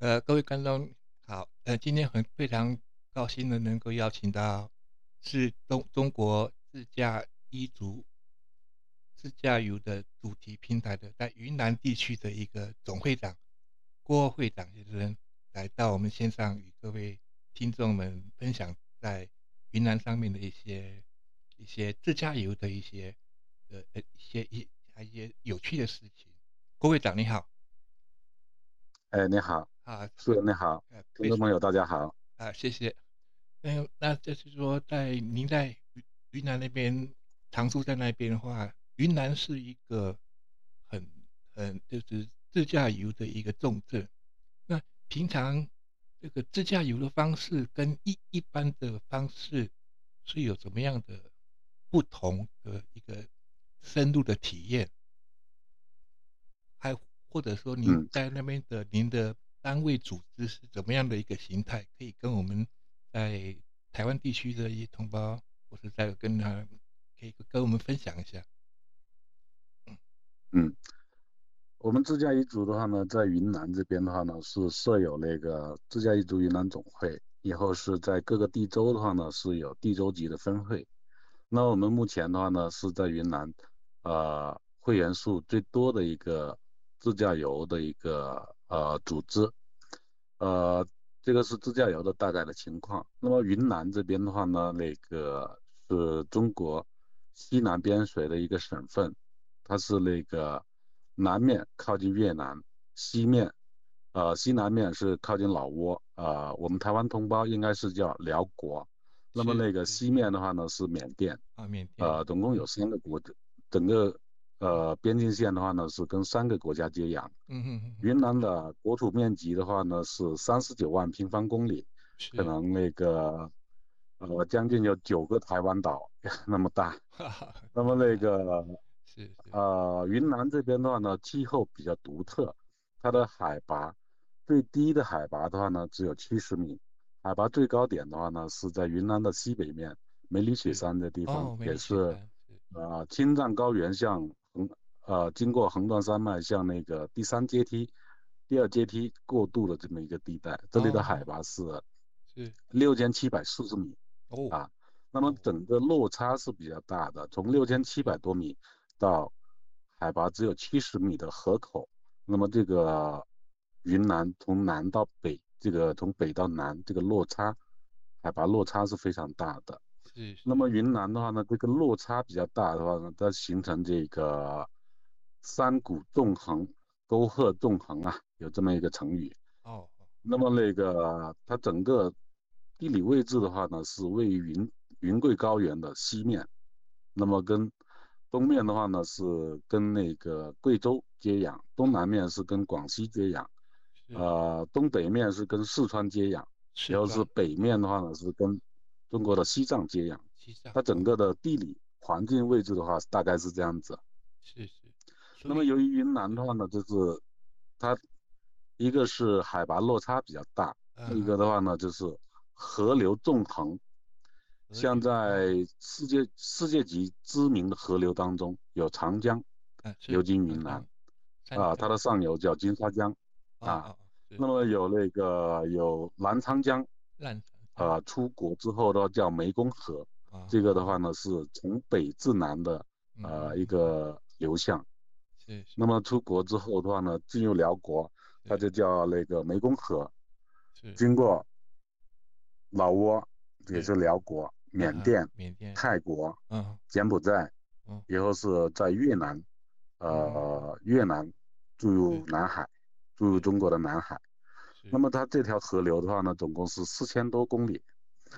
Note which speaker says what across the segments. Speaker 1: 呃，各位观众好，呃，今天很非常高兴的能够邀请到是中中国自驾一族自驾游的主题平台的，在云南地区的一个总会长郭会长先生来到我们线上与各位听众们分享在云南上面的一些一些自驾游的一些呃呃一些一一些有趣的事情。郭会长你好。
Speaker 2: 哎，你好，
Speaker 1: 啊，
Speaker 2: 主任你好，
Speaker 1: 呃，
Speaker 2: 听众
Speaker 1: 非
Speaker 2: 朋友大家好。
Speaker 1: 啊，谢谢。嗯，那就是说在，您在云云南那边常住在那边的话，云南是一个很很就是自驾游的一个重镇。那平常这个自驾游的方式跟一一般的方式是有什么样的不同的一个深入的体验？还或者说您
Speaker 2: 嗯
Speaker 1: 在那边的您的单位组织是怎么样的一个形态？可以跟我们在台湾地区的一些同胞，或是在跟他可以跟我们分享一下。
Speaker 2: 嗯，我们自驾一族的话呢，在云南这边的话呢，是设有那个自驾一族云南总会，以后是在各个地州的话呢，是有地州级的分会。那我们目前的话呢，是在云南，呃，会员数最多的一个自驾游的一个呃组织，呃，这个是自驾游的大概的情况。那么云南这边的话呢，那个是中国西南边陲的一个省份，它是那个南面靠近越南，西面，呃，西南面是靠近老挝，呃，我们台湾同胞应该是叫辽国。那么
Speaker 1: 是
Speaker 2: 那个
Speaker 1: 是
Speaker 2: 西面的话呢是缅甸，
Speaker 1: 啊，缅甸
Speaker 2: 呃，总共有三个国，整个呃边境线的话呢是跟三个国家接壤。
Speaker 1: 嗯哼哼哼，
Speaker 2: 云南的国土面积的话呢是三十九万平方公里，可
Speaker 1: 是，
Speaker 2: 能那个呃将近有九个台湾岛 那么大。
Speaker 1: 哈哈，
Speaker 2: 那么那个
Speaker 1: 是 是，
Speaker 2: 呃云南这边的话呢，气候比较独特，它的海拔最低的海拔的话呢只有七十米，海拔最高点的话呢是在云南的西北面梅里雪
Speaker 1: 是
Speaker 2: 山这地方，
Speaker 1: 哦，梅
Speaker 2: 也
Speaker 1: 里雪
Speaker 2: 是
Speaker 1: 山是，
Speaker 2: 呃青藏高原向横呃经过横断山脉向那个第三阶梯、第二阶梯过渡的这么一个地带，这里的海
Speaker 1: 哦，
Speaker 2: 拔是
Speaker 1: 是，
Speaker 2: 六千七百四十米。
Speaker 1: 哦，
Speaker 2: 啊，那么
Speaker 1: 哦，
Speaker 2: 整个落差是比较大的，从六千七百多米到海拔只有七十米的河口，那么这个云南从南到北，这个从北到南这个落差，海拔落差是非常大的。
Speaker 1: 是
Speaker 2: 那
Speaker 1: 是，
Speaker 2: 么云南的话呢，这个落差比较大的话呢，它形成这个山谷纵横、沟壑纵横啊，有这么一个成语。
Speaker 1: 哦，哦
Speaker 2: 那么那个它整个地理位置的话呢，是位于云云贵高原的西面，那么跟东面的话呢是跟那个贵州接壤，东南面是跟广西接壤，
Speaker 1: 是
Speaker 2: 呃，东北面是跟四川接壤，
Speaker 1: 四
Speaker 2: 然后是
Speaker 1: 川、
Speaker 2: 北面的话呢是跟中国的西藏接壤。
Speaker 1: 西藏，
Speaker 2: 它整
Speaker 1: 哦，
Speaker 2: 个的地理环境位置的话，大概是这样子。
Speaker 1: 是是，
Speaker 2: 那
Speaker 1: 所
Speaker 2: 么
Speaker 1: 以
Speaker 2: 由于云南
Speaker 1: 是，
Speaker 2: 的话呢，就是它一个是海拔落差比较大，
Speaker 1: 嗯
Speaker 2: 一
Speaker 1: 哼，
Speaker 2: 个的话呢就是河流纵横。
Speaker 1: 河
Speaker 2: 像
Speaker 1: 流，
Speaker 2: 在
Speaker 1: 哦，
Speaker 2: 世界世界级知名的河流当中，有长江
Speaker 1: 啊，是
Speaker 2: 流经
Speaker 1: 长
Speaker 2: 云南
Speaker 1: 江、三
Speaker 2: 啊，它
Speaker 1: 江，
Speaker 2: 的上游叫金沙江
Speaker 1: 哦
Speaker 2: 啊，
Speaker 1: 哦，是
Speaker 2: 那么有那个有澜沧江，
Speaker 1: 烂长江
Speaker 2: 呃，出国之后的叫湄公河，
Speaker 1: 啊，
Speaker 2: 这个的话呢是从北至南的
Speaker 1: 嗯嗯
Speaker 2: 呃一
Speaker 1: 嗯，
Speaker 2: 个流向。
Speaker 1: 是是
Speaker 2: 那么出国之后的话呢，进入辽国，它
Speaker 1: 是
Speaker 2: 就叫那个湄公河，
Speaker 1: 是
Speaker 2: 经过老挝，也
Speaker 1: 是，
Speaker 2: 是辽国、
Speaker 1: 啊
Speaker 2: 缅
Speaker 1: 哈，
Speaker 2: 甸、
Speaker 1: 缅甸，
Speaker 2: 泰国、
Speaker 1: 嗯
Speaker 2: 柬埔寨，
Speaker 1: 嗯
Speaker 2: 以后是在越南，
Speaker 1: 嗯，
Speaker 2: 呃，越南注入
Speaker 1: 是
Speaker 2: 南海，注入
Speaker 1: 是
Speaker 2: 中国的南海。那
Speaker 1: 是，
Speaker 2: 么它这条河流的话呢，总共是四千多公里，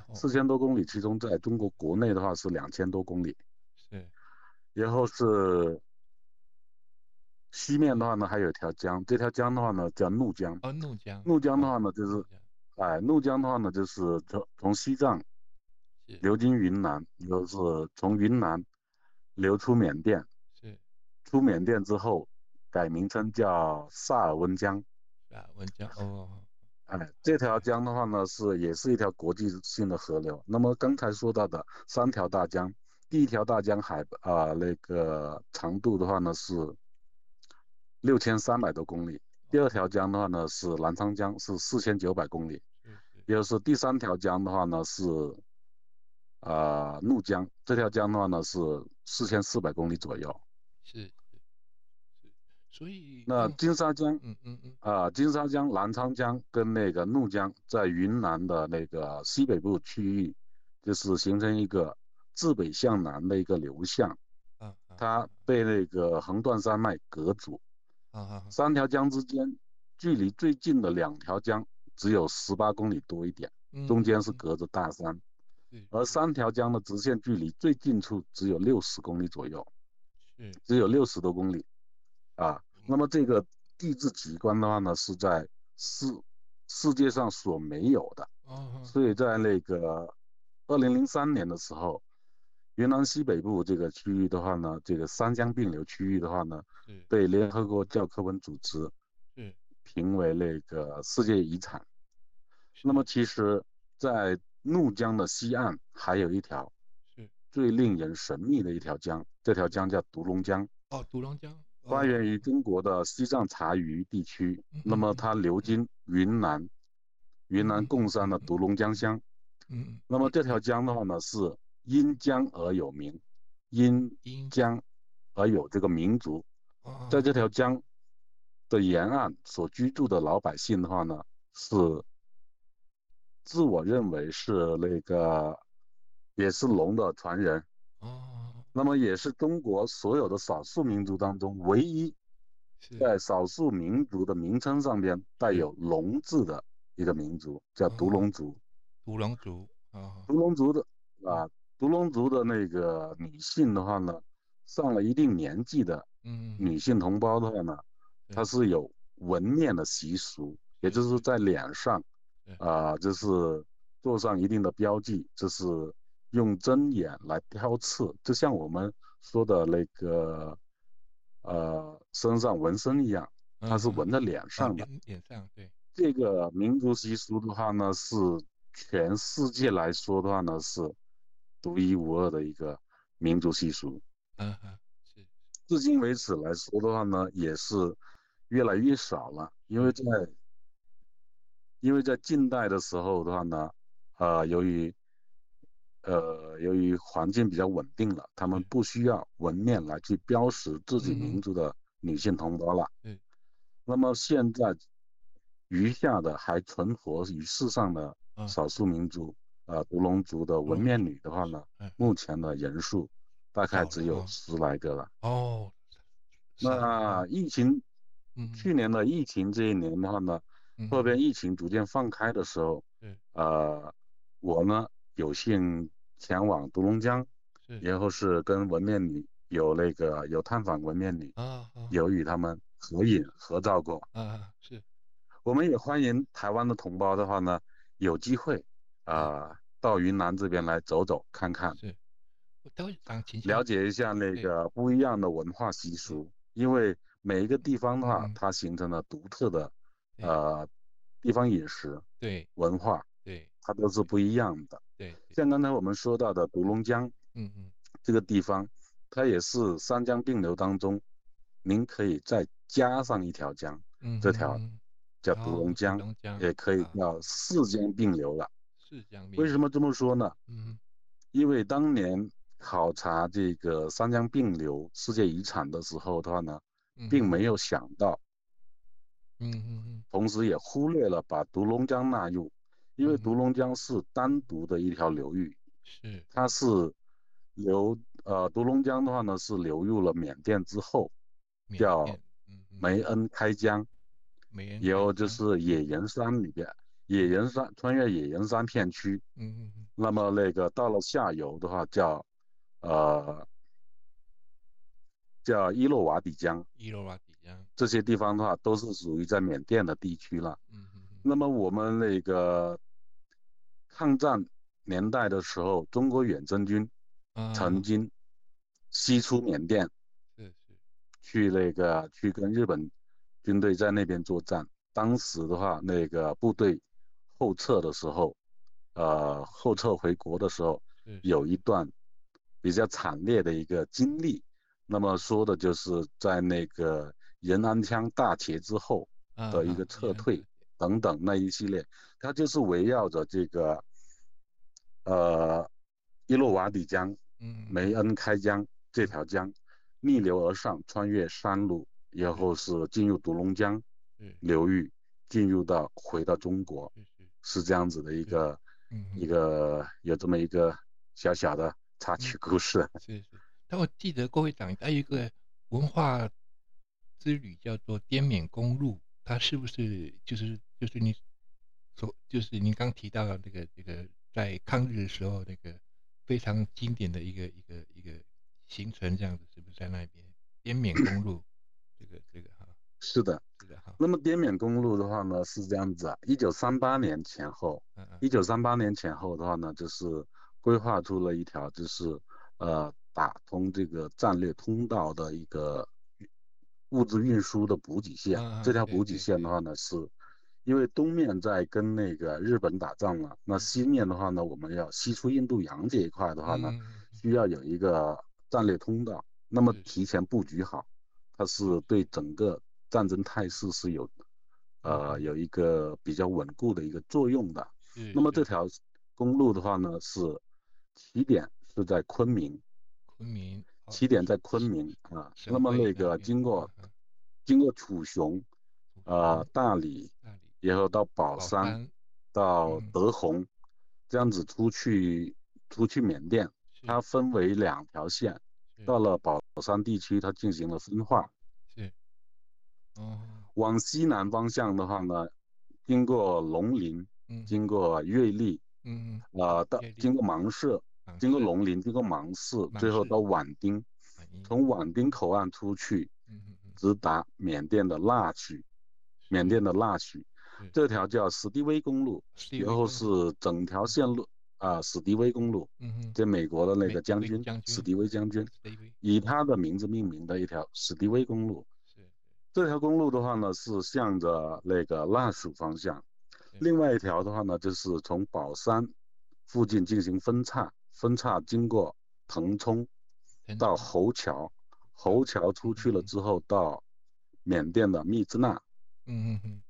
Speaker 1: 哦
Speaker 2: 四千多公里，其中在中国国内的话是两千多公里，
Speaker 1: 是
Speaker 2: 然后是西面的话呢，还有一条江，这条江的话呢叫怒江，
Speaker 1: 哦怒江
Speaker 2: 怒江的
Speaker 1: 哦
Speaker 2: 话呢就
Speaker 1: 怒
Speaker 2: 是，
Speaker 1: 江
Speaker 2: 哎，怒江的话呢就是从从西藏
Speaker 1: 是
Speaker 2: 流经云南，然后是从云南流出缅甸，
Speaker 1: 是
Speaker 2: 出缅甸之后改名称叫萨尔温江。
Speaker 1: 是啊文江哦
Speaker 2: 哎，这条
Speaker 1: 是
Speaker 2: 江的话呢，是也是一条国际性的河流。那么刚才说到的三条大江，第一条大江海啊、那个长度的话呢是六千三百多公里，第二条江的话呢是澜沧江，是四千九百公里。
Speaker 1: 是是
Speaker 2: 也就是第三条江的话呢是，呃，怒江，这条江的话呢是四千四百公里左右。
Speaker 1: 是是是，所以
Speaker 2: 那
Speaker 1: 刚
Speaker 2: 金沙江
Speaker 1: 嗯嗯嗯
Speaker 2: 啊、金沙江、澜沧江跟那个怒江在云南的那个西北部区域，就是形成一个自北向南的一个流向，
Speaker 1: 啊啊
Speaker 2: 它被那个横断山脉隔阻，
Speaker 1: 啊啊
Speaker 2: 三条江之间距离最近的两条江只有十八公里多一点，
Speaker 1: 嗯
Speaker 2: 中间是隔着大山。而
Speaker 1: 三
Speaker 2: 三条江的直线距离最近处只有六十公里左右，
Speaker 1: 是是
Speaker 2: 只有六十多公里，啊，那么这个地质奇观的话呢，是在世世界上所没有的，
Speaker 1: 哦
Speaker 2: 所以在那个二零零三年的时候，云南西北部这个区域的话呢，这个三江并流区域的话呢，
Speaker 1: 是
Speaker 2: 被联合国教科文组织
Speaker 1: 是
Speaker 2: 评为那个世界遗产。
Speaker 1: 是
Speaker 2: 那么其实，在怒江的西岸还有一条
Speaker 1: 是
Speaker 2: 最令人神秘的一条江，这条江叫独龙江，
Speaker 1: 哦独龙江
Speaker 2: 发
Speaker 1: 哦
Speaker 2: 源于中国的西藏察隅地区
Speaker 1: 嗯。
Speaker 2: 那么它流经云南，云南贡山的独龙江乡。
Speaker 1: 嗯
Speaker 2: 那么这条江的话呢，是因江而有名，因
Speaker 1: 因
Speaker 2: 江而有这个民族。
Speaker 1: 哦
Speaker 2: 在这条江的沿岸所居住的老百姓的话呢，是自我认为是那个也是龙的传人，
Speaker 1: 哦
Speaker 2: 那么也是中国所有的少数民族当中唯一
Speaker 1: 是
Speaker 2: 在少数民族的名称上边带有“龙”字的一个民族，叫
Speaker 1: 哦
Speaker 2: 独龙族。
Speaker 1: 独龙族啊
Speaker 2: 独龙族的啊，独龙族的那个女性的话呢，上了一定年纪的
Speaker 1: 嗯
Speaker 2: 女性同胞的话呢，
Speaker 1: 对
Speaker 2: 它是有纹面的习俗，也就是说在脸上
Speaker 1: 对，
Speaker 2: 啊、就是做上一定的标记，就是用针眼来挑刺，就像我们说的那个，呃，身上纹身一样，
Speaker 1: 嗯
Speaker 2: 它是纹在脸上的。
Speaker 1: 脸脸啊上对
Speaker 2: 这个民族习俗的话呢，是全世界来说的话呢，是独一无二的一个民族习俗。
Speaker 1: 嗯啊是
Speaker 2: 至今为止来说的话呢，也是越来越少了，因为在因为在近代的时候的话呢，呃，由于呃由于环境比较稳定了，他们
Speaker 1: 嗯
Speaker 2: 不需要纹面来去标识自己
Speaker 1: 嗯嗯
Speaker 2: 民族的女性同胞了。
Speaker 1: 嗯。
Speaker 2: 那么现在余下的还存活于世上的
Speaker 1: 啊
Speaker 2: 少数民族，呃，独龙族的纹
Speaker 1: 龙
Speaker 2: 面女的话呢
Speaker 1: 嗯，
Speaker 2: 目前的人数大概
Speaker 1: 少
Speaker 2: 只
Speaker 1: 了
Speaker 2: 有
Speaker 1: 啊
Speaker 2: 十来个了。
Speaker 1: 哦少
Speaker 2: 那
Speaker 1: 了
Speaker 2: 疫情，
Speaker 1: 嗯
Speaker 2: 去年的疫情这一年的话呢，
Speaker 1: 嗯
Speaker 2: 后边疫情逐渐放开的时候
Speaker 1: 是，
Speaker 2: 呃，我呢有幸前往独龙江，
Speaker 1: 是
Speaker 2: 然后是跟文面女有那个有探访文面女，
Speaker 1: 啊啊
Speaker 2: 有与他们合影合照过。
Speaker 1: 啊啊是
Speaker 2: 我们也欢迎台湾的同胞的话呢，有机会
Speaker 1: 嗯
Speaker 2: 啊、呃到云南这边来走走看看，
Speaker 1: 是我都长情
Speaker 2: 了解一下那
Speaker 1: 对
Speaker 2: 个不一样的文化习俗，因为每一个地方的话
Speaker 1: 嗯，
Speaker 2: 它形成了独特的
Speaker 1: 对
Speaker 2: 呃地方饮食
Speaker 1: 对
Speaker 2: 文化，
Speaker 1: 对
Speaker 2: 它都是不一样的。
Speaker 1: 对对
Speaker 2: 像刚才我们说到的独龙江
Speaker 1: 嗯嗯
Speaker 2: 这个地方，它也是三江并流当中，您可以再加上一条江，
Speaker 1: 嗯
Speaker 2: 这条
Speaker 1: 嗯
Speaker 2: 叫
Speaker 1: 哦
Speaker 2: 独龙江，
Speaker 1: 独龙江
Speaker 2: 也可以
Speaker 1: 啊
Speaker 2: 叫四江并流了。
Speaker 1: 是这样
Speaker 2: 为什
Speaker 1: 么
Speaker 2: 么这么说呢？
Speaker 1: 嗯
Speaker 2: 因为当年考察这个三江并流世界遗产的时候的话呢，
Speaker 1: 嗯
Speaker 2: 并没有想到，
Speaker 1: 嗯嗯嗯
Speaker 2: 同时也忽略了把独龙江纳入，因为
Speaker 1: 嗯
Speaker 2: 独龙江是单独的一条流域，
Speaker 1: 是
Speaker 2: 它是流呃独龙江的话呢是流入了缅甸之后，
Speaker 1: 嗯缅
Speaker 2: 叫
Speaker 1: 甸嗯嗯
Speaker 2: 梅恩开江，
Speaker 1: 美人
Speaker 2: 然后
Speaker 1: 开
Speaker 2: 就
Speaker 1: 枪
Speaker 2: 是野人山里边，野人山穿越野人山片区，
Speaker 1: 嗯嗯嗯
Speaker 2: 那么那个到了下游的话叫，呃，叫伊洛瓦底江，
Speaker 1: 伊洛瓦底江
Speaker 2: 这些地方的话都是属于在缅甸的地区了。
Speaker 1: 嗯嗯嗯
Speaker 2: 那么我们那个抗战年代的时候，中国远征军
Speaker 1: 啊
Speaker 2: 曾经西出缅甸
Speaker 1: 是是
Speaker 2: 去那个去跟日本军队在那边作战。当时的话，那个部队后撤的时候，呃，后撤回国的时候，
Speaker 1: 是是
Speaker 2: 有一段比较惨烈的一个经历。那么说的就是在那个仁安羌大捷之后，
Speaker 1: 啊
Speaker 2: 的一个撤退等等那一系列，它就是围绕着这个，呃，伊洛瓦底江、
Speaker 1: 嗯，
Speaker 2: 梅恩开江这条江逆流而上，穿越山路，然后是进入独龙江
Speaker 1: 是
Speaker 2: 流域，进入到回到中国，
Speaker 1: 是是，
Speaker 2: 是这样子的一个
Speaker 1: 嗯，
Speaker 2: 一个有这么一个小小的插
Speaker 1: 嗯
Speaker 2: 曲故事。
Speaker 1: 是是。但我记得各位长，还有一个文化之旅叫做滇缅公路，它是不是就是就是你所就是您刚提到的那个这个在抗日的时候那个非常经典的一个一个一个行程这样子，是不是在那边滇缅公路这个这个哈
Speaker 2: 是的，
Speaker 1: 这个哈
Speaker 2: 那么滇缅公路的话呢是这样子啊，一九三八年前后，
Speaker 1: 嗯
Speaker 2: 一
Speaker 1: 嗯
Speaker 2: 九三八年前后的话呢，就是规划出了一条就是呃打通这个战略通道的一个物资运输的补给线。
Speaker 1: 啊啊
Speaker 2: 这条
Speaker 1: 对
Speaker 2: 补给
Speaker 1: 对
Speaker 2: 线的话呢，是因为东面在跟那个日本打仗了，那西面的话呢，我们要西出印度洋这一块的话呢，
Speaker 1: 嗯嗯嗯
Speaker 2: 需要有一个战略通道，那么
Speaker 1: 是
Speaker 2: 提前布局好，它是对整个战争态势是有，呃，
Speaker 1: 嗯
Speaker 2: 有一个比较稳固的一个作用的。
Speaker 1: 是
Speaker 2: 那么
Speaker 1: 是
Speaker 2: 这条公路的话呢，是起点是在昆明，
Speaker 1: 昆明哦
Speaker 2: 起点在昆
Speaker 1: 是
Speaker 2: 明啊。
Speaker 1: 省
Speaker 2: 那么
Speaker 1: 会
Speaker 2: 那
Speaker 1: 那
Speaker 2: 个
Speaker 1: 边
Speaker 2: 经过
Speaker 1: 嗯嗯
Speaker 2: 经过楚雄，呃
Speaker 1: 嗯，
Speaker 2: 大理，
Speaker 1: 大理
Speaker 2: 然后到宝
Speaker 1: 宝
Speaker 2: 山
Speaker 1: 山，
Speaker 2: 到
Speaker 1: 嗯
Speaker 2: 德宏，这样子出去出去缅甸，
Speaker 1: 是
Speaker 2: 它分为两条线，
Speaker 1: 是
Speaker 2: 到了宝山地区，它进行了分化。
Speaker 1: 是，哦，
Speaker 2: 往西南方向的话呢，经过龙陵，
Speaker 1: 嗯
Speaker 2: 经过瑞丽，
Speaker 1: 嗯，
Speaker 2: 呃，到
Speaker 1: 瑞丽
Speaker 2: 经过芒市，
Speaker 1: 嗯
Speaker 2: 经过
Speaker 1: 是
Speaker 2: 龙陵，经过芒市，
Speaker 1: 芒
Speaker 2: 最后
Speaker 1: 市
Speaker 2: 到畹町，
Speaker 1: 满意
Speaker 2: 从畹町口岸出去，
Speaker 1: 嗯嗯嗯
Speaker 2: 直达缅甸的腊曲，缅甸的腊曲
Speaker 1: 是，
Speaker 2: 这条叫史迪威公路，
Speaker 1: 是一
Speaker 2: 然
Speaker 1: 位
Speaker 2: 后
Speaker 1: 公
Speaker 2: 是
Speaker 1: 路
Speaker 2: 整条线路啊，史迪威公路，
Speaker 1: 嗯嗯
Speaker 2: 这美国的那
Speaker 1: 美
Speaker 2: 个将
Speaker 1: 美国
Speaker 2: 军
Speaker 1: 将
Speaker 2: 史
Speaker 1: 军
Speaker 2: 迪威将军，
Speaker 1: 是一位
Speaker 2: 以他的名字命名的一条史迪威公路。
Speaker 1: 是
Speaker 2: 这条公路的话呢，是向着那个腊蜀方向；
Speaker 1: 对
Speaker 2: 另外一条的话呢，就是从宝山附近进行分叉，分叉经过腾冲
Speaker 1: 腾
Speaker 2: 到
Speaker 1: 冲
Speaker 2: 侯桥，侯桥出去了
Speaker 1: 嗯
Speaker 2: 之后到缅甸的密支那，
Speaker 1: 嗯嗯嗯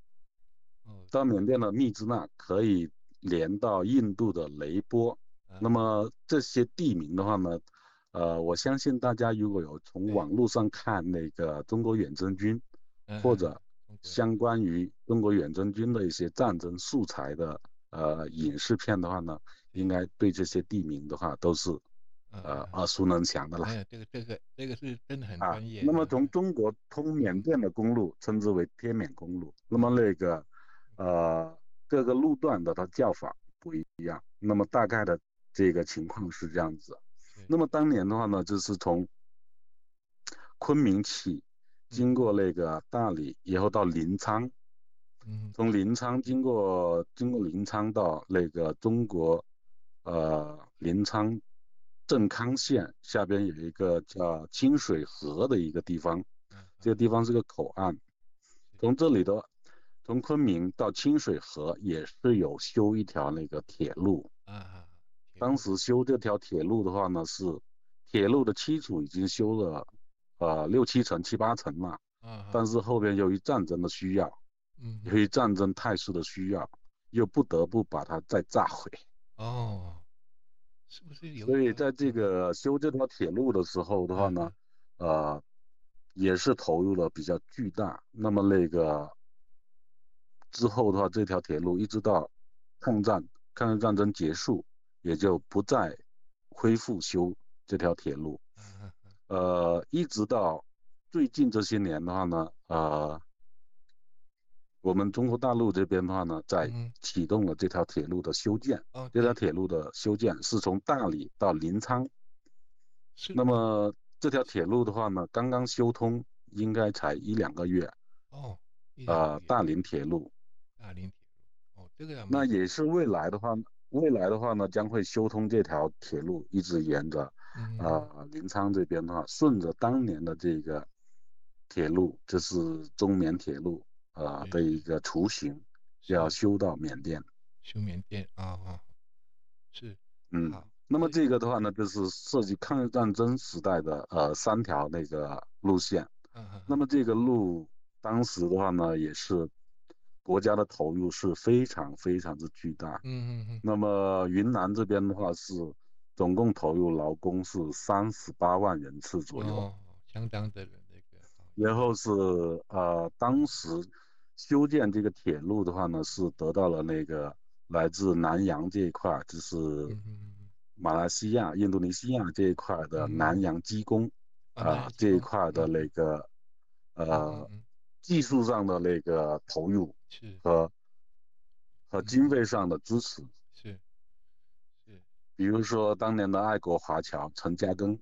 Speaker 1: 哦
Speaker 2: 到缅甸的密支那可以连到印度的雷波。
Speaker 1: 啊
Speaker 2: 那么这些地名的话呢，呃，我相信大家如果有从
Speaker 1: 对
Speaker 2: 网络上看那个中国远征军。
Speaker 1: 嗯
Speaker 2: 或
Speaker 1: 嗯
Speaker 2: 者
Speaker 1: 中国
Speaker 2: 相关于中国远征军的一些战争素材的呃影视片的话呢，应该对这些地名的话都是
Speaker 1: 嗯
Speaker 2: 呃
Speaker 1: 嗯
Speaker 2: 耳熟能详的啦
Speaker 1: 没有这个这个这个是真的很
Speaker 2: 啊
Speaker 1: 专业。
Speaker 2: 那么
Speaker 1: 嗯
Speaker 2: 从
Speaker 1: 嗯
Speaker 2: 中国通缅甸的公路称之为滇缅公路，那么那个
Speaker 1: 嗯
Speaker 2: 呃各个路段的它叫法不一样，那么大概的这个情况是这样子。
Speaker 1: 是
Speaker 2: 那么当年的话呢，就是从昆明起，经过那个大理，然后到临沧。
Speaker 1: 嗯
Speaker 2: 从临沧经过经过临沧到那个中国，呃，临沧正康县下边有一个叫清水河的一个地方，
Speaker 1: 嗯
Speaker 2: 这个地方是个口岸，从这里的从昆明到清水河也是有修一条那个铁路，
Speaker 1: 啊啊铁
Speaker 2: 当
Speaker 1: 路
Speaker 2: 时修这条铁路的话呢是铁路的基础已经修了，呃六七成七八成了，
Speaker 1: 啊啊
Speaker 2: 但是后边由于战争的需要。
Speaker 1: 嗯嗯
Speaker 2: 由于战争态势的需要，又不得不把它再炸毁。
Speaker 1: 哦是不是有嗯
Speaker 2: 所以
Speaker 1: 一条
Speaker 2: 在这个修这条铁路的时候的话呢，呃，也是投入了比较巨大。那么那个之后的话，这条铁路一直到抗战抗日战争结束，也就不再恢复修这条铁路。
Speaker 1: 嗯嗯嗯
Speaker 2: 呃，一直到最近这些年的话呢，呃，我们中国大陆这边的话呢，在
Speaker 1: 嗯
Speaker 2: 启动了这条铁路的修建。
Speaker 1: 哦
Speaker 2: 这条
Speaker 1: 对
Speaker 2: 铁路的修建是从大理到临沧，
Speaker 1: 是
Speaker 2: 那么这条铁路的话呢，刚刚修通，应该才一两个月。
Speaker 1: 哦一条
Speaker 2: 呃，
Speaker 1: 铁
Speaker 2: 大林铁路，
Speaker 1: 大林铁路哦这个啊没
Speaker 2: 那也是未来的话，未来的话呢，将会修通这条铁路，一直沿着
Speaker 1: 嗯嗯
Speaker 2: 呃，临沧这边的话，顺着当年的这个铁路，这是中缅铁路啊
Speaker 1: 对
Speaker 2: 的一个雏形，要
Speaker 1: 嗯是
Speaker 2: 修到缅甸。
Speaker 1: 休眠店啊啊，是
Speaker 2: 嗯，
Speaker 1: 好，
Speaker 2: 那么
Speaker 1: 所以
Speaker 2: 这个的话呢，就是涉及抗日战争时代的呃三条那个路线。
Speaker 1: 嗯嗯，
Speaker 2: 那么这个路当时的话呢，也是国家的投入是非常非常之巨大。
Speaker 1: 嗯嗯嗯，
Speaker 2: 那么云南这边的话是总共投入劳工是三十八万人次左右，
Speaker 1: 哦，相当的人那个， 好
Speaker 2: 然后是呃，当时修建这个铁路的话呢，是得到了那个来自南洋这一块，就是
Speaker 1: 嗯嗯嗯嗯
Speaker 2: 马来西亚、印度尼西亚这一块的
Speaker 1: 嗯
Speaker 2: 南洋机工
Speaker 1: 啊那
Speaker 2: 啊、
Speaker 1: 还
Speaker 2: 这一
Speaker 1: 行
Speaker 2: 块的
Speaker 1: 嗯
Speaker 2: 那个
Speaker 1: 嗯
Speaker 2: 呃
Speaker 1: 嗯嗯
Speaker 2: 技术上的那个投入
Speaker 1: 是
Speaker 2: 和和
Speaker 1: 嗯
Speaker 2: 经费上的支持，
Speaker 1: 是是，
Speaker 2: 比如说当年的爱国华侨陈嘉庚，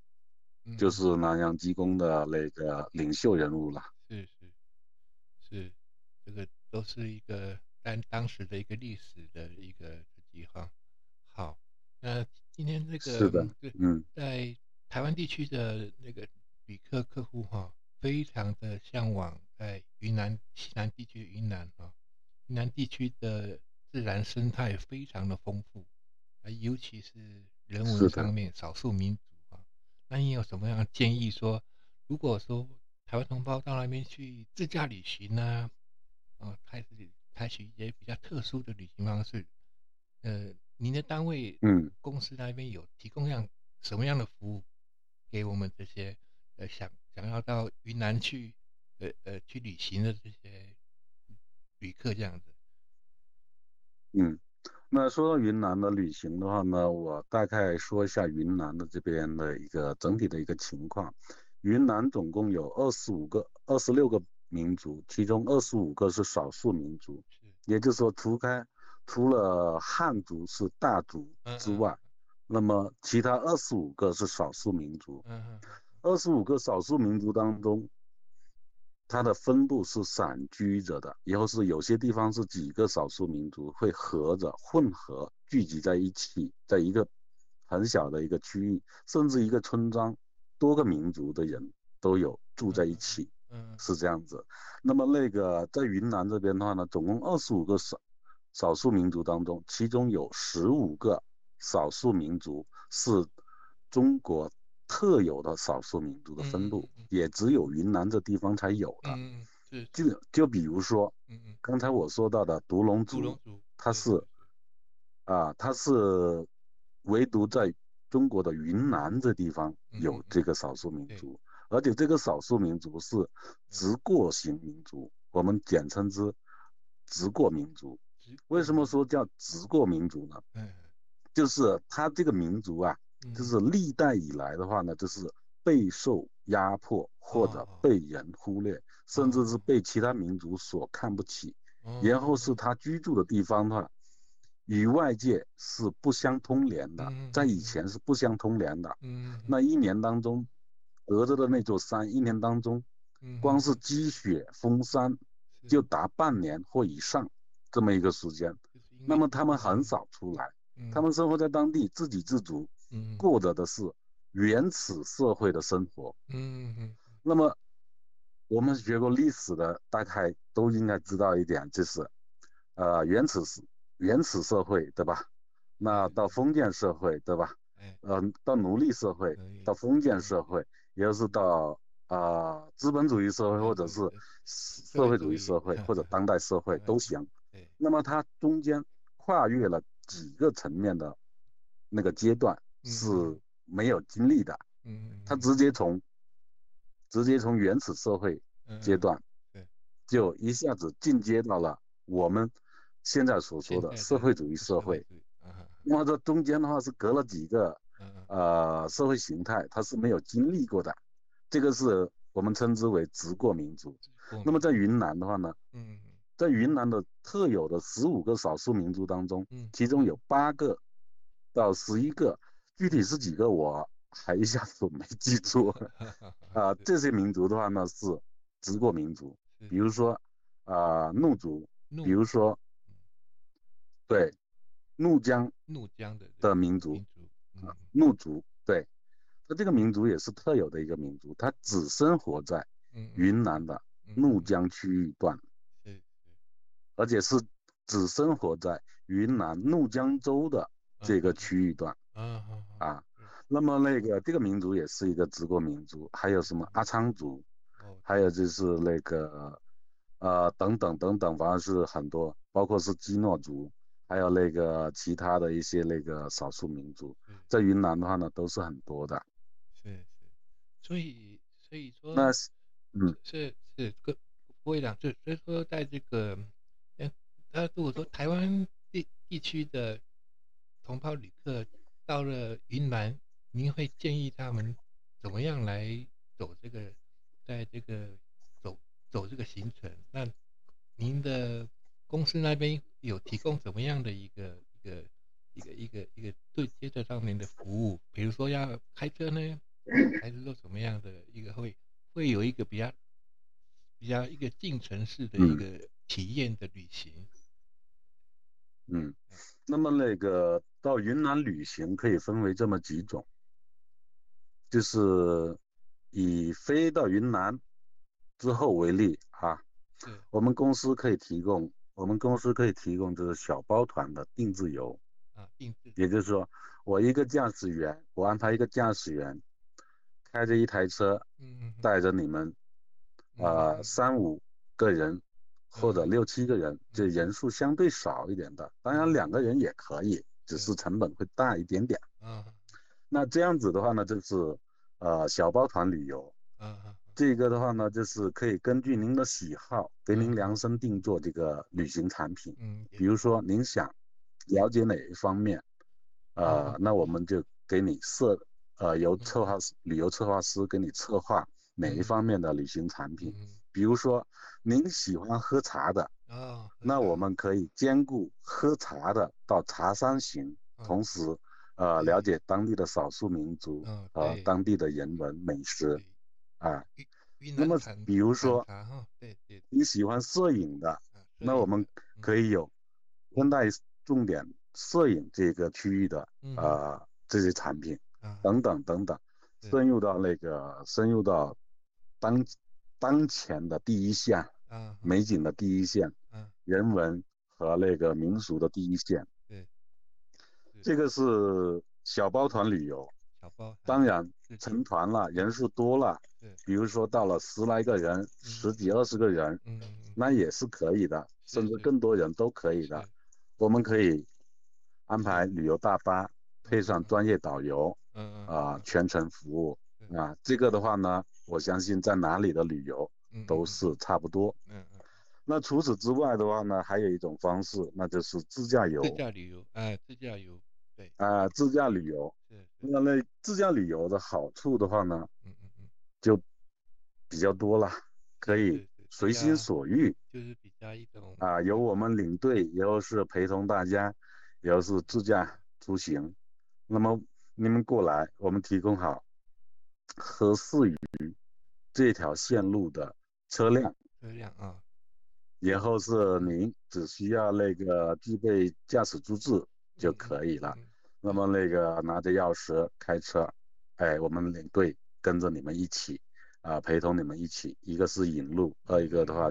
Speaker 1: 嗯
Speaker 2: 就
Speaker 1: 嗯
Speaker 2: 是南洋机工的那个领袖人物了。
Speaker 1: 是是是，这个都是一个当当时的一个历史的一个地方。好，那今天这个
Speaker 2: 是的
Speaker 1: 嗯对，
Speaker 2: 嗯，
Speaker 1: 在台湾地区的那个旅客客户哈、非常的向往在云南西南地区的云南啊、云南地区的自然生态非常的丰富，啊，尤其是人
Speaker 2: 是
Speaker 1: 文
Speaker 2: 的
Speaker 1: 上面少数民族啊，那你有什么样的建议说，如果说台湾同胞到那边去自驾旅行呢、啊，开始采取一些比较特殊的旅行方式，呃，您的单位
Speaker 2: 嗯
Speaker 1: 公司那边有提供样什么样的服务给我们这些呃想想要到云南去呃呃去旅行的这些旅客这样子？
Speaker 2: 嗯，那说到云南的旅行的话呢，我大概说一下云南的这边的一个整体的一个情况。云南总共有二十五个、二十六个民族，其中二十五个是少数民族，
Speaker 1: 是
Speaker 2: 也就是说，除开除了汉族是大族
Speaker 1: 嗯
Speaker 2: 之
Speaker 1: 嗯
Speaker 2: 外，那么其他二十五个是少数民族。
Speaker 1: 嗯嗯
Speaker 2: 二十五个少数民族当中，它的分布是散居着的，以后是有些地方是几个少数民族会合着混合聚集在一起，在一个很小的一个区域，甚至一个村庄，多个民族的人都有住在一起，
Speaker 1: 嗯
Speaker 2: 是这样子。那么那个在云南这边的话呢，总共二十五个少少数民族当中，其中有十五个少数民族是中国特有的少数民族的分布，
Speaker 1: 嗯嗯嗯
Speaker 2: 也只有云南这地方才有的。
Speaker 1: 嗯嗯是
Speaker 2: 就就比如说
Speaker 1: 嗯嗯，
Speaker 2: 刚才我说到的独龙
Speaker 1: 独龙
Speaker 2: 族
Speaker 1: 族
Speaker 2: 它
Speaker 1: 是
Speaker 2: 是啊，它是唯独在中国的云南这地方
Speaker 1: 嗯
Speaker 2: 有
Speaker 1: 嗯
Speaker 2: 这个少数民
Speaker 1: 对嗯
Speaker 2: 族，而且这个少数民族是直过型民族，我们简称之直过民族。
Speaker 1: 是直
Speaker 2: 为什么说叫直过民族呢？
Speaker 1: 嗯
Speaker 2: 就是它这个民族啊，
Speaker 1: 嗯
Speaker 2: 就是历代以来的话呢，就是备受压迫或者
Speaker 1: 哦
Speaker 2: 被人忽略，甚至是被其他民族所看不起。然后是
Speaker 1: 哦
Speaker 2: 他居住的地方的话，与外界是不相通联的
Speaker 1: 嗯，
Speaker 2: 在
Speaker 1: 嗯
Speaker 2: 以
Speaker 1: 嗯
Speaker 2: 前是不相通联的。
Speaker 1: 嗯嗯
Speaker 2: 那一年当中，隔着的那座山，一年当中
Speaker 1: 嗯
Speaker 2: 光
Speaker 1: 嗯
Speaker 2: 是积雪封山
Speaker 1: 是
Speaker 2: 就达半年或以上这么一个时间。
Speaker 1: 就是因
Speaker 2: 那
Speaker 1: 为
Speaker 2: 么他们很
Speaker 1: 嗯
Speaker 2: 少出来，
Speaker 1: 嗯
Speaker 2: 他们生活在当地，自给自足，
Speaker 1: 嗯嗯
Speaker 2: 过着的是原始社会的生活。
Speaker 1: 嗯嗯
Speaker 2: 那么，我们学过历史的，大概都应该知道一点，就是，呃，原始社原始社会，对吧？那
Speaker 1: 嗯
Speaker 2: 到封建社会，对吧？
Speaker 1: 哎
Speaker 2: 呃，到奴隶社会，
Speaker 1: 可以
Speaker 2: 到封建社会，也就是到呃资本主义社会，
Speaker 1: 嗯
Speaker 2: 或者
Speaker 1: 对
Speaker 2: 是
Speaker 1: 对
Speaker 2: 社会主义社会，或者当代社会都行。
Speaker 1: 对
Speaker 2: 那么它中间跨越了几个层面的那个阶段
Speaker 1: 嗯
Speaker 2: 是没有经历的，
Speaker 1: 嗯嗯
Speaker 2: 它
Speaker 1: 嗯
Speaker 2: 直接从直接从原始社会
Speaker 1: 嗯
Speaker 2: 阶
Speaker 1: 嗯
Speaker 2: 段
Speaker 1: 对，
Speaker 2: 就一下子进阶到了我们现在所
Speaker 1: 现
Speaker 2: 说的
Speaker 1: 在
Speaker 2: 社
Speaker 1: 的
Speaker 2: 会主义社
Speaker 1: 会
Speaker 2: 会。
Speaker 1: 主义啊
Speaker 2: 那么这中间的话是隔了几个
Speaker 1: 嗯嗯
Speaker 2: 呃社会形态，它是没有经历过的，这个是我们称之为直过民族。啊那么在云南的话呢，
Speaker 1: 嗯嗯
Speaker 2: 在云南的特有的十五个少数民族当中，
Speaker 1: 嗯
Speaker 2: 其中有八个到十一个，具体是几个我还一下子没记住啊、
Speaker 1: 啊
Speaker 2: 这些民族的话呢是直过民族，比如说啊、呃怒族，
Speaker 1: 怒
Speaker 2: 比如说对怒江
Speaker 1: 怒江的
Speaker 2: 的民族啊
Speaker 1: 民，族嗯
Speaker 2: 怒族对，它这个民族也是特有的一个民族，它只生活在
Speaker 1: 嗯
Speaker 2: 云南的怒江区域段。
Speaker 1: 是
Speaker 2: 而且是只生活在云南怒江州的这个区域段
Speaker 1: 啊
Speaker 2: 啊。那么那个这个民族
Speaker 1: 哦
Speaker 2: 也是一个直过民族，还有什么阿昌族，还有就是那个呃等等等等，反正是很多，包括是基诺族，还有那个其他的一些那个少数民族，在云南的话呢，都是很多的。
Speaker 1: 是是，所以所以说
Speaker 2: 那是嗯
Speaker 1: 是是跟不会讲，就所以说在这个，呃，那如果说台湾地地区的同胞旅客到了云南，您会建议他们怎么样来走这个，在这个走走这个行程？那您的公司那边有提供怎么样的一个一个一个一个一个对接的上面的服务？比如说要开车呢，还是说什么样的一个会会有一个比较比较一个进城式的一个体验的旅行？
Speaker 2: 嗯，那么那个到云南旅行可以分为这么几种，就是以飞到云南之后为例啊，
Speaker 1: 是
Speaker 2: 我们公司可以提供，我们公司可以提供就是小包团的定制游，
Speaker 1: 啊，定制
Speaker 2: 也就是说，我一个驾驶员，我安排一个驾驶员，开着一台车，
Speaker 1: 嗯
Speaker 2: 带着你们，呃，
Speaker 1: 嗯
Speaker 2: 三五个人或者
Speaker 1: 嗯
Speaker 2: 六七个人，就人数相对少一点的，当然两个人也可以，只是成本会大一点点。
Speaker 1: 啊
Speaker 2: 那这样子的话呢，就是呃小包团旅游。
Speaker 1: 啊啊
Speaker 2: 这个的话呢，就是可以根据您的喜好，给您
Speaker 1: 嗯
Speaker 2: 量身定做这个旅行产品。
Speaker 1: 嗯，
Speaker 2: 比如说您想了解哪一方面，呃
Speaker 1: 嗯，
Speaker 2: 那我们就给你设，呃，由
Speaker 1: 嗯
Speaker 2: 策划师旅游策划师给你策划哪一
Speaker 1: 嗯
Speaker 2: 方面的旅行产品。
Speaker 1: 嗯
Speaker 2: 比如说您喜欢喝茶的，
Speaker 1: 哦，
Speaker 2: 那我们可以兼顾喝茶的到茶山行，
Speaker 1: 嗯
Speaker 2: 同时，呃，
Speaker 1: 对
Speaker 2: 了解当地的少数民族
Speaker 1: 嗯
Speaker 2: 和
Speaker 1: 对
Speaker 2: 啊当地的人文美食
Speaker 1: 对
Speaker 2: 啊。
Speaker 1: 云
Speaker 2: 那
Speaker 1: 南
Speaker 2: 么
Speaker 1: 产
Speaker 2: 比如
Speaker 1: 产
Speaker 2: 说
Speaker 1: 茶哈，对对，对
Speaker 2: 你喜欢摄影的，
Speaker 1: 啊
Speaker 2: 那我们可
Speaker 1: 以
Speaker 2: 以有温带重点摄影这个区域的
Speaker 1: 嗯哼
Speaker 2: 呃这些产品
Speaker 1: 啊
Speaker 2: 等等等等，
Speaker 1: 对
Speaker 2: 深入到那个深入到当当前的第一线
Speaker 1: 啊
Speaker 2: 美景的第一线，
Speaker 1: 啊
Speaker 2: 人文和那个民俗的第一线
Speaker 1: 对。
Speaker 2: 这个是小包团旅游，
Speaker 1: 小包
Speaker 2: 当然
Speaker 1: 嗯是
Speaker 2: 成团了，人数多了
Speaker 1: 是，
Speaker 2: 比如说到了十来个人、十几二十个人，
Speaker 1: 嗯嗯
Speaker 2: 那也是可以的，
Speaker 1: 是
Speaker 2: 甚至
Speaker 1: 是
Speaker 2: 更多人都可以
Speaker 1: 是
Speaker 2: 的。我们可以安排旅游大巴，配上
Speaker 1: 嗯
Speaker 2: 专业导游
Speaker 1: 嗯
Speaker 2: 啊、全程服务
Speaker 1: 是
Speaker 2: 啊、这个的话呢，我相信在哪里的旅游
Speaker 1: 嗯
Speaker 2: 都是差不多。
Speaker 1: 嗯嗯
Speaker 2: 那除此之外的话呢，还有一种方式，那就是自驾游
Speaker 1: 自驾旅游哎自驾游对
Speaker 2: 啊、自驾旅游。
Speaker 1: 是是
Speaker 2: 那那自驾旅游的好处的话呢，
Speaker 1: 嗯嗯嗯
Speaker 2: 就比较多了，可以
Speaker 1: 是是
Speaker 2: 随
Speaker 1: 比较
Speaker 2: 心所欲。
Speaker 1: 就是比较一种
Speaker 2: 啊，由我们领队，然后是陪同大家，然后是自驾出行。那么你们过来，我们提供好合适于这条线路的车辆，
Speaker 1: 车辆啊
Speaker 2: 然后是您只需要那个具备驾驶资质就
Speaker 1: 嗯嗯
Speaker 2: 可以了。
Speaker 1: 嗯
Speaker 2: 那么那个拿着钥匙开车，哎，我们领队跟着你们一起，啊、陪同你们一起，一个是引路，二一个的话，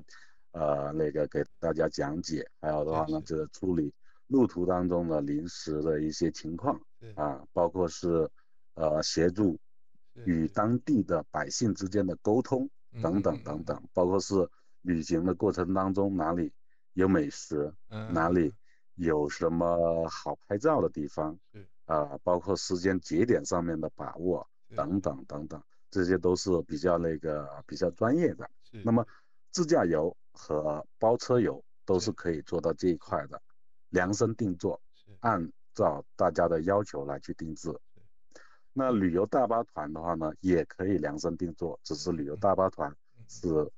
Speaker 2: 呃，那个给大家讲解，还有的话呢，就是处理路途当中的临时的一些情况
Speaker 1: 是
Speaker 2: 啊，包括是，呃，协助
Speaker 1: 是
Speaker 2: 与
Speaker 1: 是
Speaker 2: 当地的百姓之间的沟通
Speaker 1: 嗯
Speaker 2: 等
Speaker 1: 嗯
Speaker 2: 等
Speaker 1: 嗯
Speaker 2: 等
Speaker 1: 嗯
Speaker 2: 等，包括是旅行的过程当中哪里有美食，
Speaker 1: 嗯
Speaker 2: 哪
Speaker 1: 嗯
Speaker 2: 里有什么好拍照的地方。
Speaker 1: 是
Speaker 2: 啊，包括时间节点上面的把握
Speaker 1: 是
Speaker 2: 等等等等，这些都是比较那个比较专业的。
Speaker 1: 是
Speaker 2: 那么自驾游和包车游都
Speaker 1: 是
Speaker 2: 是可以做到这一块的，量身定做，
Speaker 1: 是
Speaker 2: 按照大家的要求来去定制。那旅游大巴团的话呢，也可以量身定做，只是旅游大巴团
Speaker 1: 嗯嗯
Speaker 2: 是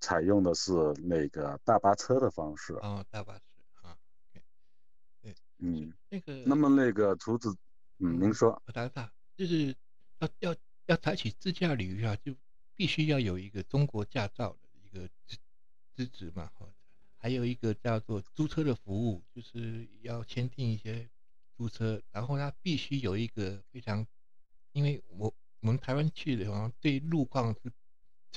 Speaker 2: 采用的是那个大巴车的方式。
Speaker 1: 哦大巴士啊
Speaker 2: 嗯，
Speaker 1: 那个
Speaker 2: 那么那个除此，嗯，您说。
Speaker 1: 我打打，就是要要要采取自驾旅游啊，就必须要有一个中国驾照的一个资资质嘛，哈，还有一个叫做租车的服务，就是要签订一些租车，然后它必须有一个非常，因为我我们台湾去的话，对路况是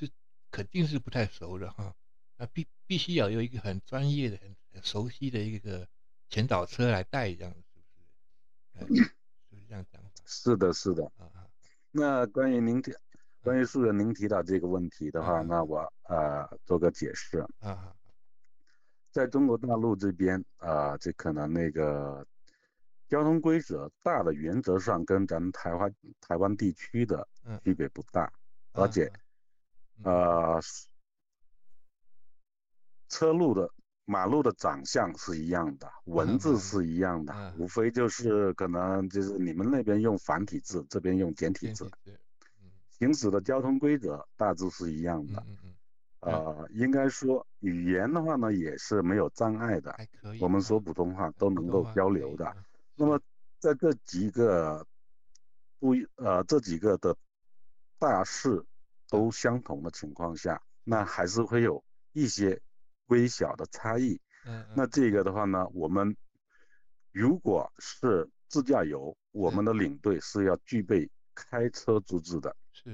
Speaker 1: 是肯定是不太熟的哈，那必必须要有一个很专业的、很很熟悉的一个前导车来带，这样子是不是？哎是不是这样讲法？
Speaker 2: 是的，是的。
Speaker 1: 啊啊，
Speaker 2: 那关于您提，关于素人您提到这个问题的话，
Speaker 1: 嗯
Speaker 2: 那我呃做个解释。
Speaker 1: 啊，
Speaker 2: 在中国大陆这边啊、这可能那个交通规则大的原则上跟咱们台湾台湾地区的
Speaker 1: 嗯，
Speaker 2: 区别不大，
Speaker 1: 啊
Speaker 2: 而且，呃，车路的马路的长相是一样的，文字是一样的，
Speaker 1: 嗯嗯
Speaker 2: 无非就是可能就是你们那边用繁体字，这边用简体
Speaker 1: 电
Speaker 2: 字
Speaker 1: 子，纸，嗯
Speaker 2: 行驶的交通规则大致是一样的
Speaker 1: 嗯。嗯嗯，
Speaker 2: 呃，应该说语言的话呢也是没有障碍的，
Speaker 1: 还可以啊。
Speaker 2: 我们嗯说普通话都能够交流的。
Speaker 1: 啊
Speaker 2: 那么在这几个不一呃这几个的大事都相同的情况下，那还是会有一些微小的差异。那
Speaker 1: 那
Speaker 2: 这个的话呢，我们如果是自驾游，我们的领队是要具备开车资质的。
Speaker 1: 是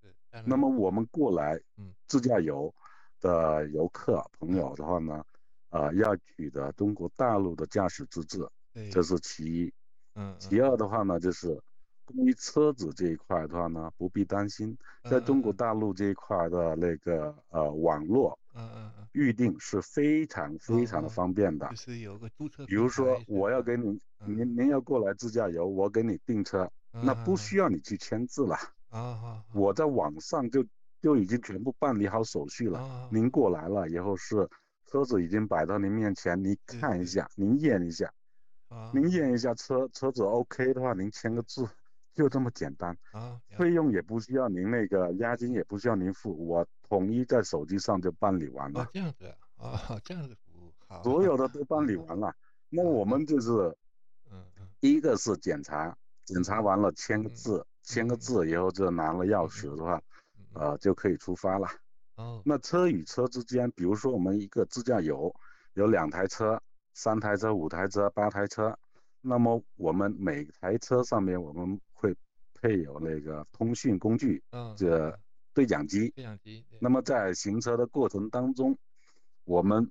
Speaker 1: 是，当然
Speaker 2: 那么我们过来
Speaker 1: 嗯
Speaker 2: 自驾游的游客朋友的话呢，呃，要取得中国大陆的驾驶资质，
Speaker 1: 对
Speaker 2: 这是其一。
Speaker 1: 嗯
Speaker 2: 其
Speaker 1: 嗯
Speaker 2: 二的话呢，就是关于车子这一块的话呢，不必担心，在中国
Speaker 1: 嗯嗯
Speaker 2: 大陆这一块的那个呃网络
Speaker 1: 嗯嗯嗯
Speaker 2: 预定是非常非常的
Speaker 1: 哦
Speaker 2: 方便的
Speaker 1: 嗯，就。是有个注册平台是吧，
Speaker 2: 比如说，我要给你，
Speaker 1: 嗯
Speaker 2: 您您要过来自驾游，我给你订车，
Speaker 1: 嗯，
Speaker 2: 那不需要你去签字了，
Speaker 1: 要啊，
Speaker 2: 我在网上就就已经全部办理好手续了。
Speaker 1: 了
Speaker 2: 您过来了以后是车子已经摆到您面前，您
Speaker 1: 对
Speaker 2: 看一
Speaker 1: 对嗯
Speaker 2: 下，您验一下，您验一下车车子 OK 的话，您签个字，就这么简单，
Speaker 1: 啊，了
Speaker 2: 费用也不需要您那个押金也不需要您付，我统一在手机上就办理完
Speaker 1: 哦
Speaker 2: 了，
Speaker 1: 这样子啊哦这样子服务好，
Speaker 2: 所有的都办理
Speaker 1: 啊
Speaker 2: 完了。那我们就是
Speaker 1: 嗯嗯
Speaker 2: 一个是检查，检查完了签个字，签个
Speaker 1: 嗯
Speaker 2: 字以后就拿了钥匙的话，
Speaker 1: 嗯嗯
Speaker 2: 呃就可以出发了。
Speaker 1: 哦
Speaker 2: 那车与车之间，比如说我们一个自驾游有两台车、三台车、五台车、八台车，那么我们每台车上面我们会配有那个通讯工具
Speaker 1: 嗯
Speaker 2: 这
Speaker 1: 嗯
Speaker 2: 对讲机。
Speaker 1: 对讲机对
Speaker 2: 那么在行车的过程当中，我们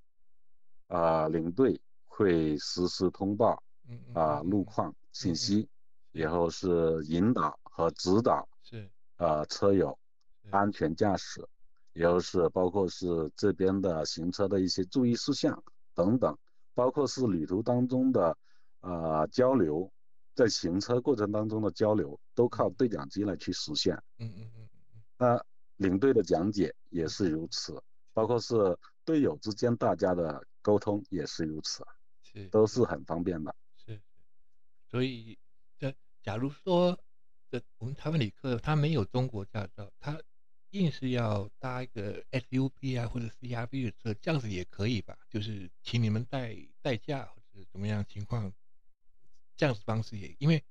Speaker 2: 啊、呃领队会实时通报
Speaker 1: 嗯嗯
Speaker 2: 啊、
Speaker 1: 嗯
Speaker 2: 路
Speaker 1: 嗯
Speaker 2: 况
Speaker 1: 嗯
Speaker 2: 信
Speaker 1: 嗯
Speaker 2: 息，然后是引导和指导
Speaker 1: 是
Speaker 2: 呃车友
Speaker 1: 是
Speaker 2: 安全驾驶，也就是包括是这边的行车的一些注意事项等等，包括是旅途当中的呃交流，在行车过程当中的交流都靠
Speaker 1: 嗯
Speaker 2: 对讲机来去实现。
Speaker 1: 嗯嗯嗯嗯
Speaker 2: 那领队的讲解也是如此，包括是队友之间大家的沟通也是如此，
Speaker 1: 是
Speaker 2: 都是很方便的。
Speaker 1: 是，所以这假如说这我们台湾旅客他没有中国驾照，他硬是要搭一个 SUV 啊或者 CRV 的车，这样子也可以吧？就是请你们代代驾或者怎么样情况，这样子方式也，因为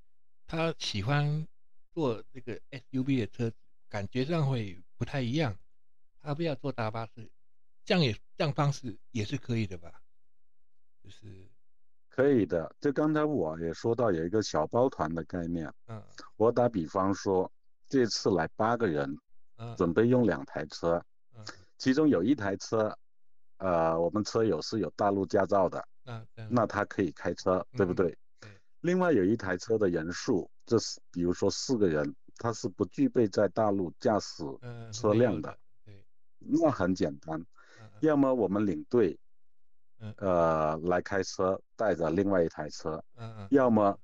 Speaker 1: 他喜欢坐这个 SUV 的车，感觉上会不太一样。他不要坐大巴士，这样也这样方式也是可以的吧？就是
Speaker 2: 可以的，就刚才我也说到有一个小包团的概念，
Speaker 1: 嗯
Speaker 2: 我打比方说，这次来八个人，
Speaker 1: 嗯
Speaker 2: 准备用两台车，
Speaker 1: 嗯。
Speaker 2: 其中有一台车，呃，我们车友是有大陆驾照的，
Speaker 1: 那这样
Speaker 2: 那他可以开车，对不
Speaker 1: 嗯
Speaker 2: 对？
Speaker 1: 对
Speaker 2: 另外有一台车的人数，这是比如说四个人，他是不具备在大陆驾驶
Speaker 1: 嗯
Speaker 2: 车
Speaker 1: 没
Speaker 2: 辆
Speaker 1: 有
Speaker 2: 的，
Speaker 1: 对，
Speaker 2: 那很简单，
Speaker 1: 嗯嗯
Speaker 2: 要么我们领队
Speaker 1: 嗯，
Speaker 2: 呃，来开车带着另外一台车，
Speaker 1: 嗯嗯
Speaker 2: 要么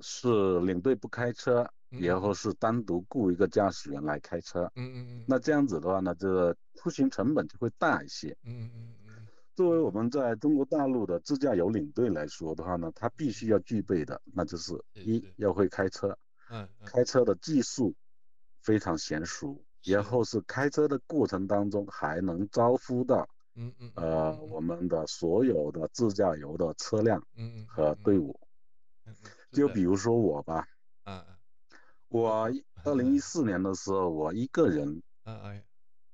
Speaker 2: 是领队不开车，
Speaker 1: 嗯
Speaker 2: 然后是单独雇一个驾驶员来开车。
Speaker 1: 嗯嗯嗯
Speaker 2: 那这样子的话呢，这出行成本就会大一些。
Speaker 1: 嗯嗯嗯
Speaker 2: 作为我们在中国大陆的自驾游领队来说的话呢，他必须要具备的，那就是
Speaker 1: 是
Speaker 2: 一
Speaker 1: 是
Speaker 2: 要会开车，
Speaker 1: 嗯嗯
Speaker 2: 开车的技术非常娴熟，
Speaker 1: 是
Speaker 2: 然后是开车的过程当中还能招呼到
Speaker 1: 嗯嗯
Speaker 2: 呃我们的所有的自驾游的车辆
Speaker 1: 嗯
Speaker 2: 和队伍。就比如说我吧，
Speaker 1: 啊
Speaker 2: 我
Speaker 1: 嗯
Speaker 2: 二零一四年的时候，我一个人
Speaker 1: 啊啊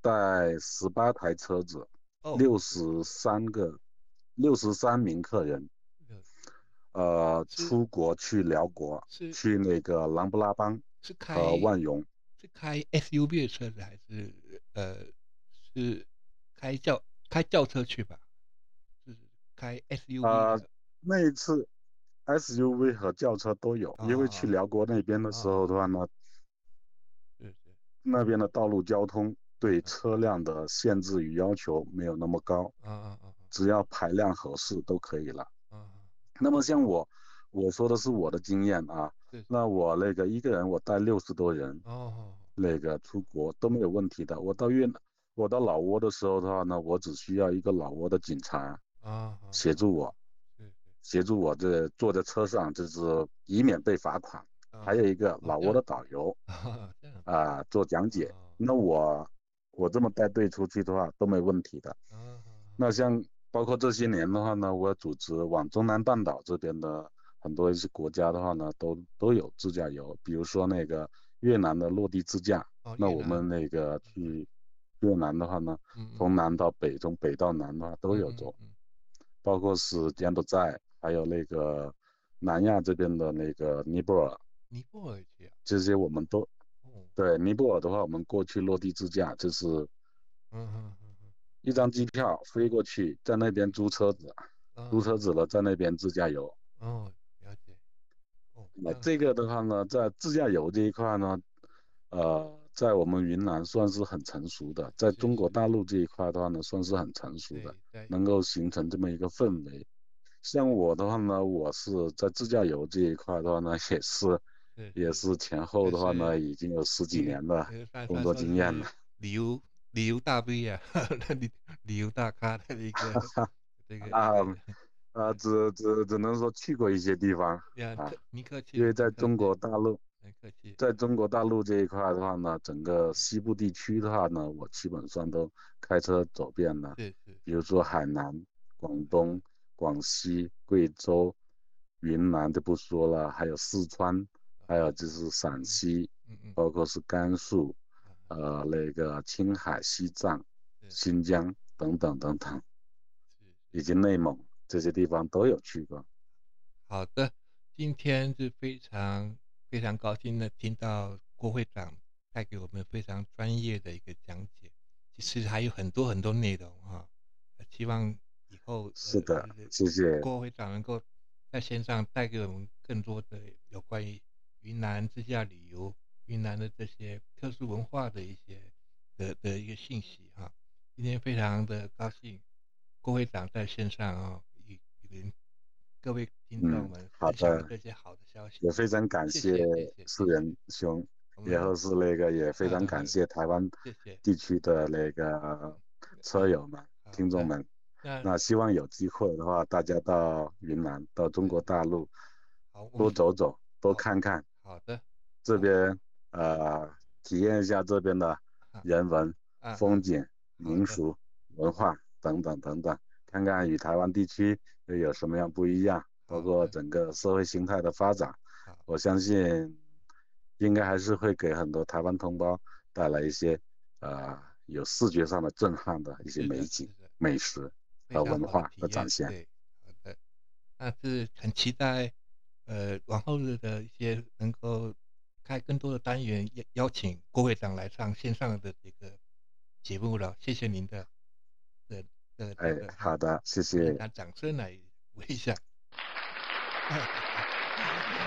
Speaker 2: 带十八台车子，
Speaker 1: 哦
Speaker 2: 六十三个，六十三名客人，呃，
Speaker 1: 是
Speaker 2: 出国去辽国，
Speaker 1: 是
Speaker 2: 去那个琅勃拉邦
Speaker 1: 是开
Speaker 2: 和万荣，
Speaker 1: 是开 SUV 的车子还是呃是开轿开轿车去吧？是开
Speaker 2: 啊
Speaker 1: SUV 的
Speaker 2: 那一次 SUV 和轿车都有，因为
Speaker 1: 啊
Speaker 2: 去辽国那边的时候的话呢，那边的道路交通
Speaker 1: 嗯
Speaker 2: 对车辆的限制与要求没有那么高，
Speaker 1: 啊啊啊
Speaker 2: 只要排量合适都可以了。
Speaker 1: 啊啊，
Speaker 2: 那么像我，我说的是我的经验啊
Speaker 1: 是。
Speaker 2: 那我那个一个人，我带六十多人，
Speaker 1: 哦，
Speaker 2: 那个出国都没有问题的。我到越南，我到老挝的时候的话呢，我只需要一个老挝的警察
Speaker 1: 啊啊，
Speaker 2: 协助我，
Speaker 1: 是
Speaker 2: 协助我这坐在车上，就是以免被罚款。
Speaker 1: 是，
Speaker 2: 还有一个老挝的导游
Speaker 1: 啊 这样哦
Speaker 2: 啊、做讲解。那我我这么带队出去的话都没问题的。
Speaker 1: 啊，
Speaker 2: 那像包括这些年的话呢，我组织往中南半岛这边的很多一些国家的话呢，都都有自驾游，比如说那个越南的落地自驾，
Speaker 1: 哦
Speaker 2: 那我们那个去越南的话呢，
Speaker 1: 嗯
Speaker 2: 从南到北，从北到南的话都有走，，包括是柬埔寨，还有那个南亚这边的那个尼泊尔，
Speaker 1: 尼泊尔去啊，
Speaker 2: 这些我们都
Speaker 1: 哦，
Speaker 2: 对尼泊尔的话，我们过去落地自驾就是
Speaker 1: 嗯嗯
Speaker 2: 一张机票飞过去，在那边租车子，
Speaker 1: 嗯，
Speaker 2: 租车子了，在那边自驾游。
Speaker 1: 哦，了解，哦，
Speaker 2: 那这个的话呢，在自驾游这一块呢，呃，在我们云南算是很成熟的，在
Speaker 1: 是
Speaker 2: 中国
Speaker 1: 是
Speaker 2: 大陆这一块的话呢，算是很成熟的，
Speaker 1: 对，
Speaker 2: 能够形成这么一个氛围。像我的话呢，我是在自驾游这一块的话呢，也是也是前后的话呢，
Speaker 1: 是
Speaker 2: 已经有十几年了。工作经验了，
Speaker 1: 旅游旅游大 V 啊， 旅旅游大咖的一个 这个
Speaker 2: 啊啊，只只只能说去过一些地方，
Speaker 1: 呀，
Speaker 2: 啊
Speaker 1: 客您客气，
Speaker 2: 因为
Speaker 1: 您
Speaker 2: 在
Speaker 1: 客
Speaker 2: 中
Speaker 1: 气
Speaker 2: 国大陆，
Speaker 1: 您客气，
Speaker 2: 在中国大陆这一块的话呢，整个西部地区的话呢，我基本上都开车走遍了，
Speaker 1: 是是
Speaker 2: 比如说海南、广东、广西、贵州、云南就不说了，还有四川，还有就是陕西，
Speaker 1: 嗯嗯
Speaker 2: 包括是甘肃，
Speaker 1: 啊
Speaker 2: 呃，那个青海、西藏、
Speaker 1: 是是
Speaker 2: 新疆等等等等，
Speaker 1: 是
Speaker 2: 以及内蒙这些地方都有去过。
Speaker 1: 好的，今天是非常非常高兴的听到郭会长带给我们非常专业的一个讲解，其实还有很多很多内容哈、呃希望以后呃
Speaker 2: 是的
Speaker 1: 就，
Speaker 2: 谢谢。
Speaker 1: 郭会长能够在线上带给我们更多的呃有关于云南自驾旅游、云南的这些特殊文化的一些的的一个信息哈、今天非常的高兴，郭会长在线上啊、与与各位听众
Speaker 2: 嗯
Speaker 1: 们
Speaker 2: 好
Speaker 1: 分享了
Speaker 2: 的
Speaker 1: 这些好的消息，
Speaker 2: 也非常感
Speaker 1: 谢谢
Speaker 2: 谢
Speaker 1: 谢谢
Speaker 2: 世仁兄，
Speaker 1: 我们
Speaker 2: 然后是那个也非
Speaker 1: 嗯
Speaker 2: 常
Speaker 1: 嗯
Speaker 2: 感
Speaker 1: 嗯
Speaker 2: 谢台湾
Speaker 1: 谢谢
Speaker 2: 地区的那个车友们、
Speaker 1: 好
Speaker 2: 听众
Speaker 1: 的
Speaker 2: 们。
Speaker 1: 啊那
Speaker 2: 那希望有机会的话，大家到云南、到中国大陆
Speaker 1: 好我
Speaker 2: 多
Speaker 1: 们
Speaker 2: 走走，多
Speaker 1: 好
Speaker 2: 看看
Speaker 1: 好的
Speaker 2: 这边，呃，体验一下这边的
Speaker 1: 啊
Speaker 2: 人文、
Speaker 1: 啊
Speaker 2: 风景、民
Speaker 1: 的
Speaker 2: 俗、文化等等等等，看看与台湾地区又有什么样不一样，包
Speaker 1: 好
Speaker 2: 括
Speaker 1: 的
Speaker 2: 整个社会形态的发展。
Speaker 1: 好
Speaker 2: 我相信应该还是会给很多台湾同胞带来一些呃有视觉上的震撼的一些
Speaker 1: 是的
Speaker 2: 美
Speaker 1: 是
Speaker 2: 景、
Speaker 1: 的
Speaker 2: 美食
Speaker 1: 非
Speaker 2: 和
Speaker 1: 常
Speaker 2: 文
Speaker 1: 好
Speaker 2: 化
Speaker 1: 体
Speaker 2: 的展
Speaker 1: 验
Speaker 2: 现。
Speaker 1: 对，好的，那是很期待，呃，往后的一些能够开更多的单元，邀邀请郭会长来上线上的这个节目了。谢谢您的，的的
Speaker 2: 哎，好，的，谢
Speaker 1: 这个
Speaker 2: 谢
Speaker 1: 给。他掌声来鼓一下。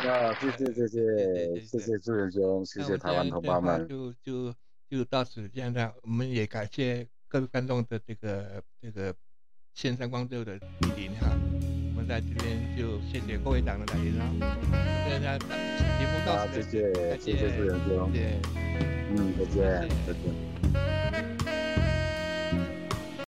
Speaker 2: 那啊谢谢谢
Speaker 1: 谢
Speaker 2: 谢
Speaker 1: 谢
Speaker 2: 谢谢朱仁兄，谢
Speaker 1: 那
Speaker 2: 谢
Speaker 1: 我
Speaker 2: 台湾
Speaker 1: 们
Speaker 2: 同
Speaker 1: 这样的
Speaker 2: 胞
Speaker 1: 话
Speaker 2: 们。
Speaker 1: 就就就到此这样的，我们也感谢各位观众的这个这个线上观众的莅临哈。我们在这边就谢谢各位党的来临啦。那那那节目到
Speaker 2: 好
Speaker 1: 此
Speaker 2: 谢
Speaker 1: 为止，
Speaker 2: 谢
Speaker 1: 再
Speaker 2: 谢谢
Speaker 1: 见
Speaker 2: 朱仁兄
Speaker 1: 谢谢
Speaker 2: 嗯，再
Speaker 1: 谢
Speaker 2: 见
Speaker 1: 谢
Speaker 2: 再见。